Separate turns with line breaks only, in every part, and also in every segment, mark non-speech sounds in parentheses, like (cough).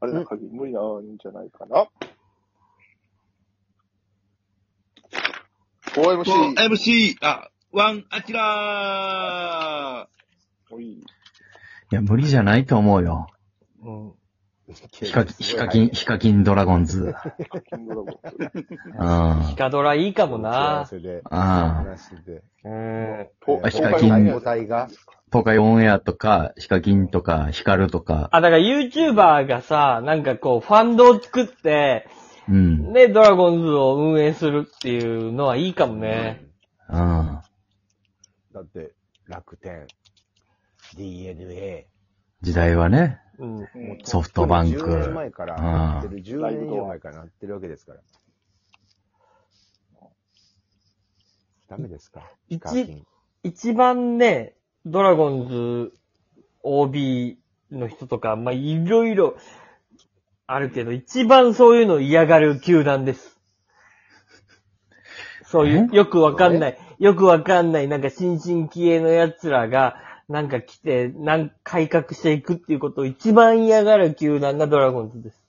あれな限り無理なんじゃないかな。OMC!
MC、あ、ワン、アキラ
おい
いや、無理じゃないと思うよ。
ーうん。
ヒカキン、ヒカキン、ヒカキンドラゴンズ。
キングドラゴンズ。
あ
ヒカドラいいかもな
幸。せで。
あ
話で。
うん。
と
ヒカキン
母体が、
東海オンエアとか、ヒカキンとか、ヒカルとか。
あ、だから YouTuber がさ、なんかこう、ファンドを作って、
うん。
ね、ドラゴンズを運営するっていうのはいいかもね。
ああ
だって、楽天、DNA、
時代はね。
うん。
うん
ソフトバンク
10年前からなってる、10年以上前からなってるわけですから。ダメですか
一
ヒカキン。
一番ね、ドラゴンズ OB の人とか、まあ、いろいろあるけど、一番そういうの嫌がる球団です。そういう、よくわかんない、よくわかんない、なんか新進気鋭の奴らが、なんか来て、なん改革していくっていうことを一番嫌がる球団がドラゴンズです。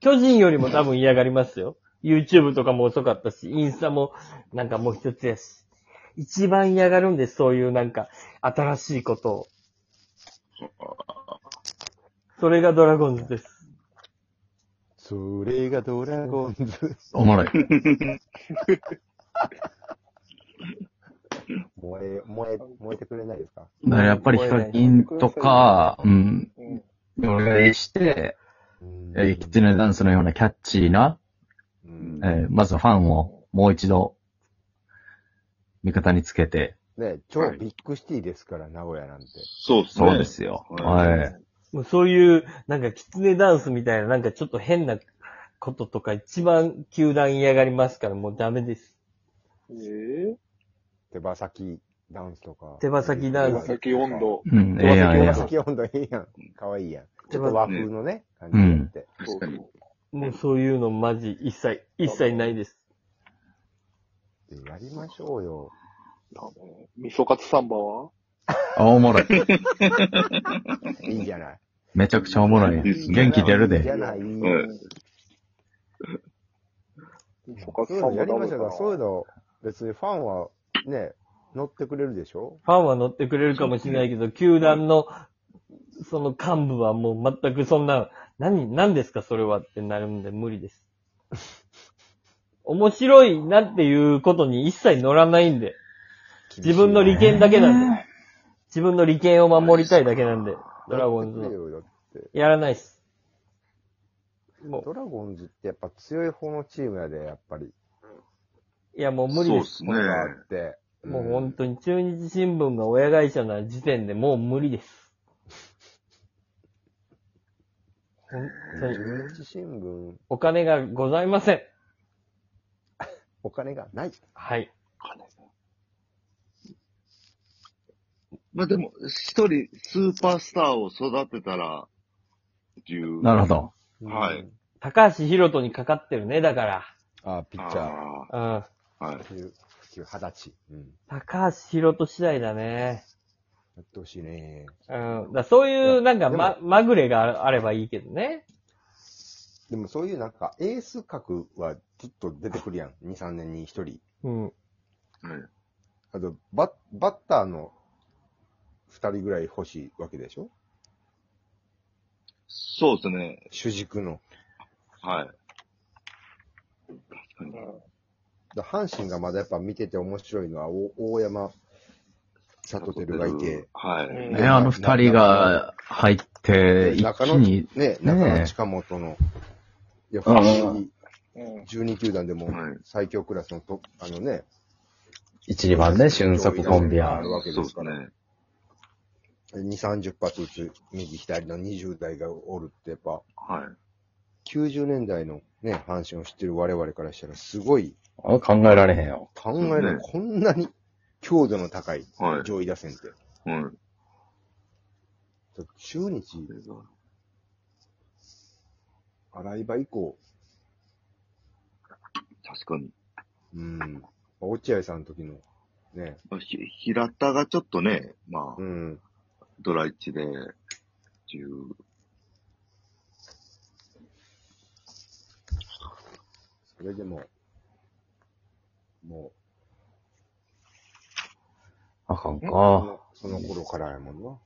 巨人よりも多分嫌がりますよ。YouTube とかも遅かったし、インスタもなんかもう一つやし。一番嫌がるんです、そういうなんか、新しいことを。それがドラゴンズです。
それがドラゴンズ。
おもろい。
燃え、燃え、燃えてくれないですか
だからやっぱりヒカキンとか、うん。
うん
俺がして、
うん
えーキツネダンスのようなキャッチーな、
うん
えーまずファンをもう一度、味方につけて。
ね、超ビッグシティですから、名古屋なんて。
そうですね。
そうですよ。
ね
はい。
もうそういう、なんか、キツネダンスみたいな、なんかちょっと変なこととか、一番球団嫌がりますから、もうダメです。
えぇ
手羽先ダンスとか。
手羽先ダンス
紫温度。
うん、ええやん、ええ
手羽
やん。
先温度いいやん。かわいいやん。ち
手
ょっと
羽
和風のね、感じになって。
確かに。
もうそういうのマジ、一切、一切ないです。
でやりましょうよ。
味噌カツサンバは
あ、おもろい。
いいじゃない。
めちゃくちゃおもろい。元気出る
いいじ
で。
ゃない。
ん
味噌
そ
カ
うい
ツ
う
サンバ
のやりましょう
ダ
よ。そうい
メ
うの、別にファンはね、乗ってくれるでしょ
ファンは乗ってくれるかもしれないけど、球団の、その幹部はもう全くそんな、何、何ですかそれはってなるんで無理です。面白いなっていうことに一切乗らないんで。自分の利権だけなんで。自分の利権を守りたいだけなんで。ドラゴンズ
乗って
の。
くれよ
やらないっす。も
ドラゴンズってやっぱ強い方のチームやで、やっぱり。
う、いやもう無理です。
そう
これがあ
で
って。
もう本当に中日新聞が親会社な時点でもう無理です。本当に。
中日新聞、
お金がございません。
お金がない。
はい。
まあでも、一人スーパースターを育てたら、っていう。
なるほど。
はい
うん。
高橋宏斗にかかってるね、だか
あ、ピッチャー。
あ
ら。うん。
あ。はい。
19 20歳。うん。
高橋宏斗次第だね。
やってほしいね。
うん。だからそういう、なんか、
でも
ま、まぐれがあればいいけどね。
でもそういうなんか、エース格はずっと出てくるやん。2、3年に1人。
うん。
あと、バッ、バッターの2人ぐらい欲しいわけでしょ
そうですね。
主軸の。
はい。確かに。
だ阪神がまだやっぱ見てて面白いのは、お大山里輝がいて、。
はい。
ね、あの二人が入って、一
中
気
野、
に
ね、、中野近本の、いや、不
ああ
思議
うん。
12球団でも
はい
最強クラスのトップ、あのね、
一、二番ね、俊足コンビ
あ
や
る。わけ
そう
で
ですす
から、
ね。
2、30発打つ右左の20代がおるって、やっぱ、
はい。
90年代のね、阪神を知ってる我々からしたら、すごい、
あ考えられへんよ。
考える、
ね
こんなに強度の高い
はい
上位打線って。
はい。
中日、洗い場以降、
確かに。
うん、落合さんの時の、ね、
ひ平田がちょっとね、まあ
う、ん、
ドラ1で、っていう。
それでも、も
あかん
う、
か。
そのその頃からやもんな。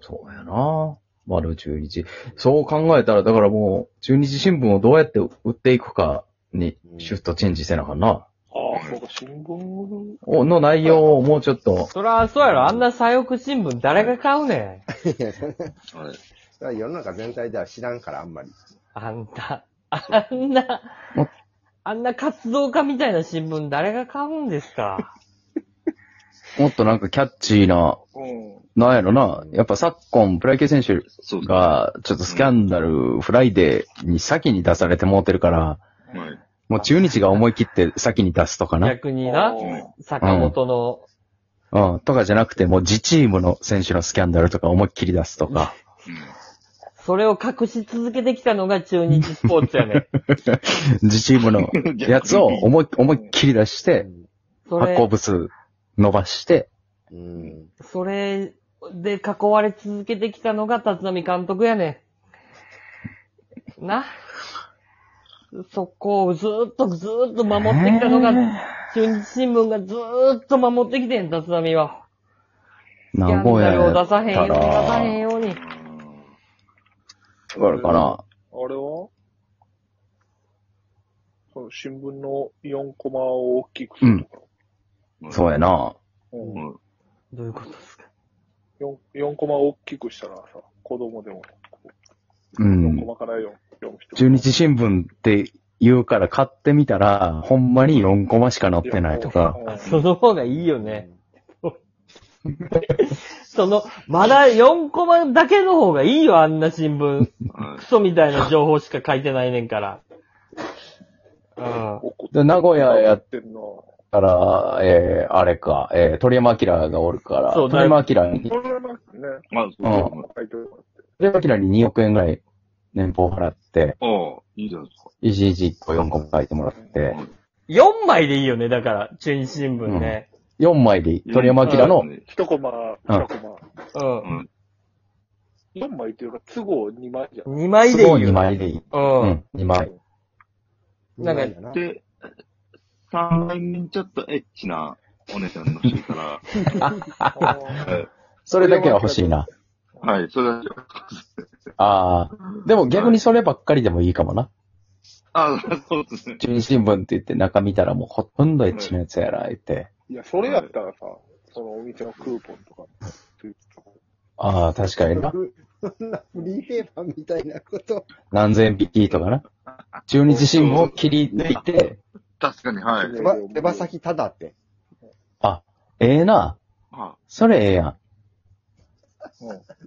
そうやな。丸中日。そう考えたら、だからもう、中日新聞をどうやって売っていくかに、シフトチェンジせなあかんな。
ああ、そうか、新聞
おの内容をもうちょっと、
そら、そうやろ。あんな左翼新聞誰が買うね
はい。
だから世の中全体では知らんから、あんまり。
ん。あんた。あんな、あんな活動家みたいな新聞誰が買うんですか。
もっとなんかキャッチーな、
うん。
なんやろな。やっぱ昨今、プロ野球選手
そうですね。は
が、ちょっとスキャンダル、フライデーに先に出されてもうてるから、
い。
もう中日が思い切って先に出すとかな。
逆にな
あ、ー
坂本の、
うん。とかじゃなくて、もう自チームの選手のスキャンダルとか思いっきり出すと
(laughs)
か。
それを隠し続けてきたのが中日スポーツやね
(laughs)
ん。
自チームのやつを思い、思いっきり出して、
そ
発行
れ、
部数伸ばして、
うん。
それで囲われ続けてきたのが立浪監督やねん。な。そこをずーっとずーっと守ってきたのが、中日新聞がずーっと守ってきてん、立浪は。
名
スキャン
古
ダ
屋
ルを
や
出
った
さ
ら、
へんように、出さへん
わ
ように。
かるかな。
あれはその新聞の4コマを大きくするとか。
そうやな。
うん
うん
どういうことですか
4, 4コマを大きくしたらさ、子供でも、
う
4コ
ん。
マから読む読む人。
中日新聞って言うから買ってみたら、ほんまに4コマしか載ってないとか。
うん。
その方がいいよね。その、まだ4コマだけの方がいいよ、あんな新聞。
はい
クソみたいな情報しか書いてないねんから。うん。
怒っ
で名古屋やって
んな。
たら、えー、あれか、えー、鳥山明がおるから、
そう
鳥山明に、
それはなんかね、
あ、そうそう。
書いてもらって。
鳥山明に2億円ぐらい年俸払って、
ああ、いいじゃないですか。
一日一個4個も書いてもらって、
4枚でいいよね、だから、中日新聞ね。
4枚で鳥山明の、
1コマ、2コマ。
うん。
4枚っていうか、都合2枚じゃん。
2枚でいい
都合
よ。
2枚でいい。
う。
うんん、2枚。
なんか
いいな
で、3枚目にちょっとエッチなお姉さんの人いた
(laughs)
ら、はい
それだけは欲しいな。
はい、それだけ。
ああ。でも逆にそればっかりでもいいかもな。
あそうですね。
中日新聞って言って中見たらもうほとんどエッチなやつやら、言って。
いや、それやったらさ、そのお店のクーポンとか、ついてた
ああ、確かにな。
(laughs) そんなフリーペーパーみたいなこと。
何千匹とかな。中日新聞を切り抜いて、
確かに、はい。
手羽手羽先ただって。
ええな。
あ
それええやん。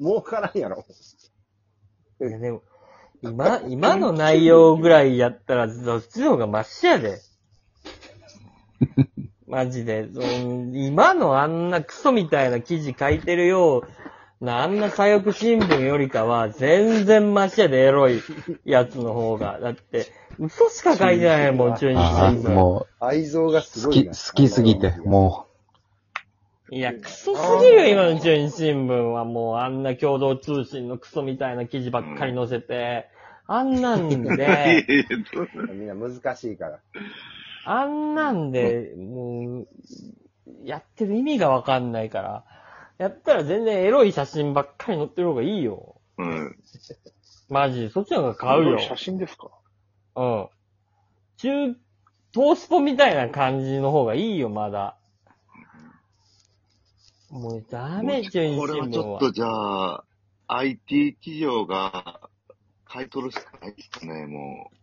儲からんやろ。
いやでも、
(laughs)
今、今の内容ぐらいやったら、どっちの方がマシ
(laughs)
やで。マジで。うん今のあんなクソみたいな記事書いてるような、あんな左翼新聞よりかは、全然マシやで、エロいやつの方が。だって、嘘しか書いてないもん、中日
ああ、
新聞。
も
愛憎が
う、
す
好
ご
き、
いな。
好きすぎて、も
いや、クソすぎるよ、今の中日新聞は。もう、あんな共同通信のクソみたいな記事ばっかり載せて、あんな
(laughs)
んで、
みんな難しいから。
あんなんで、もう、やってる意味がわかんないから、やったら全然エロい写真ばっかり載ってる方がいいよ。
うん。
マジで、そっちの方が買うよ。
写真ですか
うん。中、トースポみたいな感じの方がいいよ、まだ。もうダメ、中日新
これはち
聞
ょっ
は
と。じゃあ、IT 企業が買い取るしかないですかね、もう。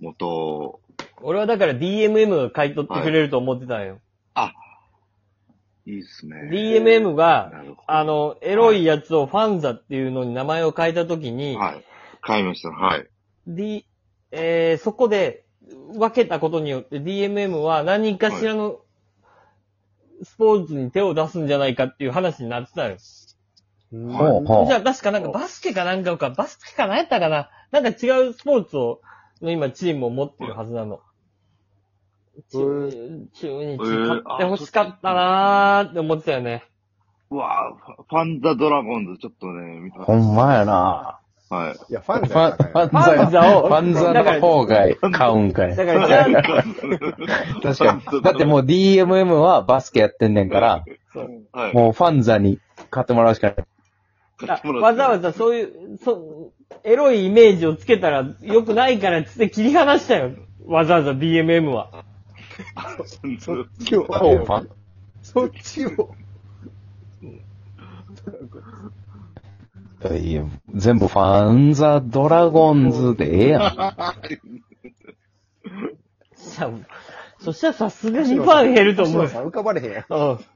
元、
俺はだから DMM が買い取ってくれると思ってたんよ。
いいですね。
DMM が、
なるほど。
あの、エロいやつをファンザっていうのに名前を変えたときに、
はい。買いました、はい。
D、えー、そこで分けたことによって DMM は何かしらのスポーツに手を出すんじゃないかっていう話になってたよ。
う、ほうほ
じゃ
う。
あ確かなんかバスケかなんかか、バスケかなんやったかななんか違うスポーツを、の今チームを持ってるはずなの。中中日勝ってほしかったなーって思ってたよね。
うわぁ、ファンザドラゴンズちょっとね、見た。
ほんまやな。
はい。
いや、ファン
ファン、
ザー
ファ
だ
ンザ
か
ファンザを
ファンザの方が買うんかい。
だから、ちゃんと、
確かに。だってもう DMM はバスケやってんねんから、
はい。
もうファンザに買ってもらうしかない。
買っ
あ
てもら
わ
って
ざわざそういう、そ、エロいイメージをつけたら良くないからっつって切り離したよ。わざわざ DMM は。
ら。今日
そう、ファン。
そっちを。
いや全部ファンザドラゴンズでええやん。
さそしたらさすがにファン減ると思
星
う
野さ
よ
ん浮かばれへんやん。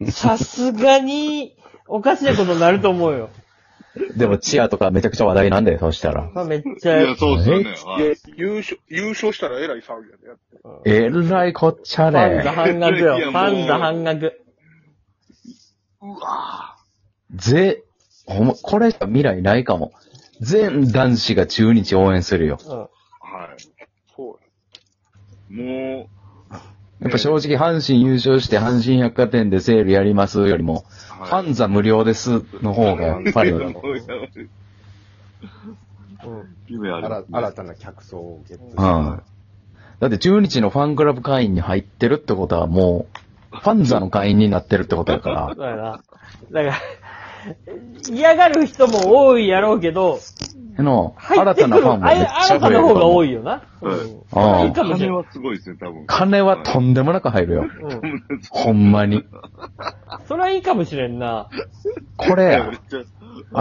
うん。さすがに、おかしなことになると思うよ。
でも、チアとかめちゃくちゃ話題なんだよ、そうしたら。
まあ、めっち
い
ゃ、
や、そうですよね。はい
いや優勝、優勝したらえらい騒ぎやで、ね。
えらいこっちゃ
ファンザ
ね。
半額
いや
よ。フ
もう
ァンザ半額。
ぜ、ほんま、これしか未来ないかも。全男子が中日応援するよ。
うん。
はい。
そうや。
も
やっぱ正直、阪神優勝して、阪神百貨店でセールやりますよりも、
う、
フ
は
ァンザ無料ですの方がやっ
(laughs)
ぱり、
い。もうやばい
うん。
夢あります
新
ね
新たな客層をゲット。
うん。だって中日のファンクラブ会員に入ってるってことはもう、ファンザの会員になってるってことだ
(laughs)
から
そう、やな。だから、嫌がる人も多いやろうけど、
の、
入
新
って
た
く
な
る、
ファンも
あ
めっちゃ増
新た
え
な
る
方が
と思
多
う。
いよな。うん。
うん
いかもし
金
れない。
はすごいですね、多分。
金はとんでもなく入るよ。
うん。
ほんまに。
それはいいかもしれんな。
こ
い
れ
や、めっ、ちゃ。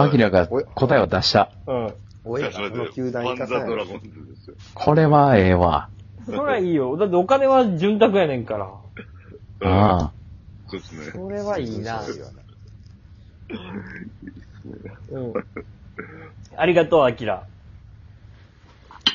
アキラが答えを出した。
うん。
おや、
そ
こ
れで
の球団
フ
行
ァ
か
ンザ
さな
ドラ
い。
ゴンズですよ。
これはええわ。
そりゃいいよ。だってお金は潤沢やねんから。
あ。
あ
そうですね。
それはいいな。うん。ありがとう、アキラ。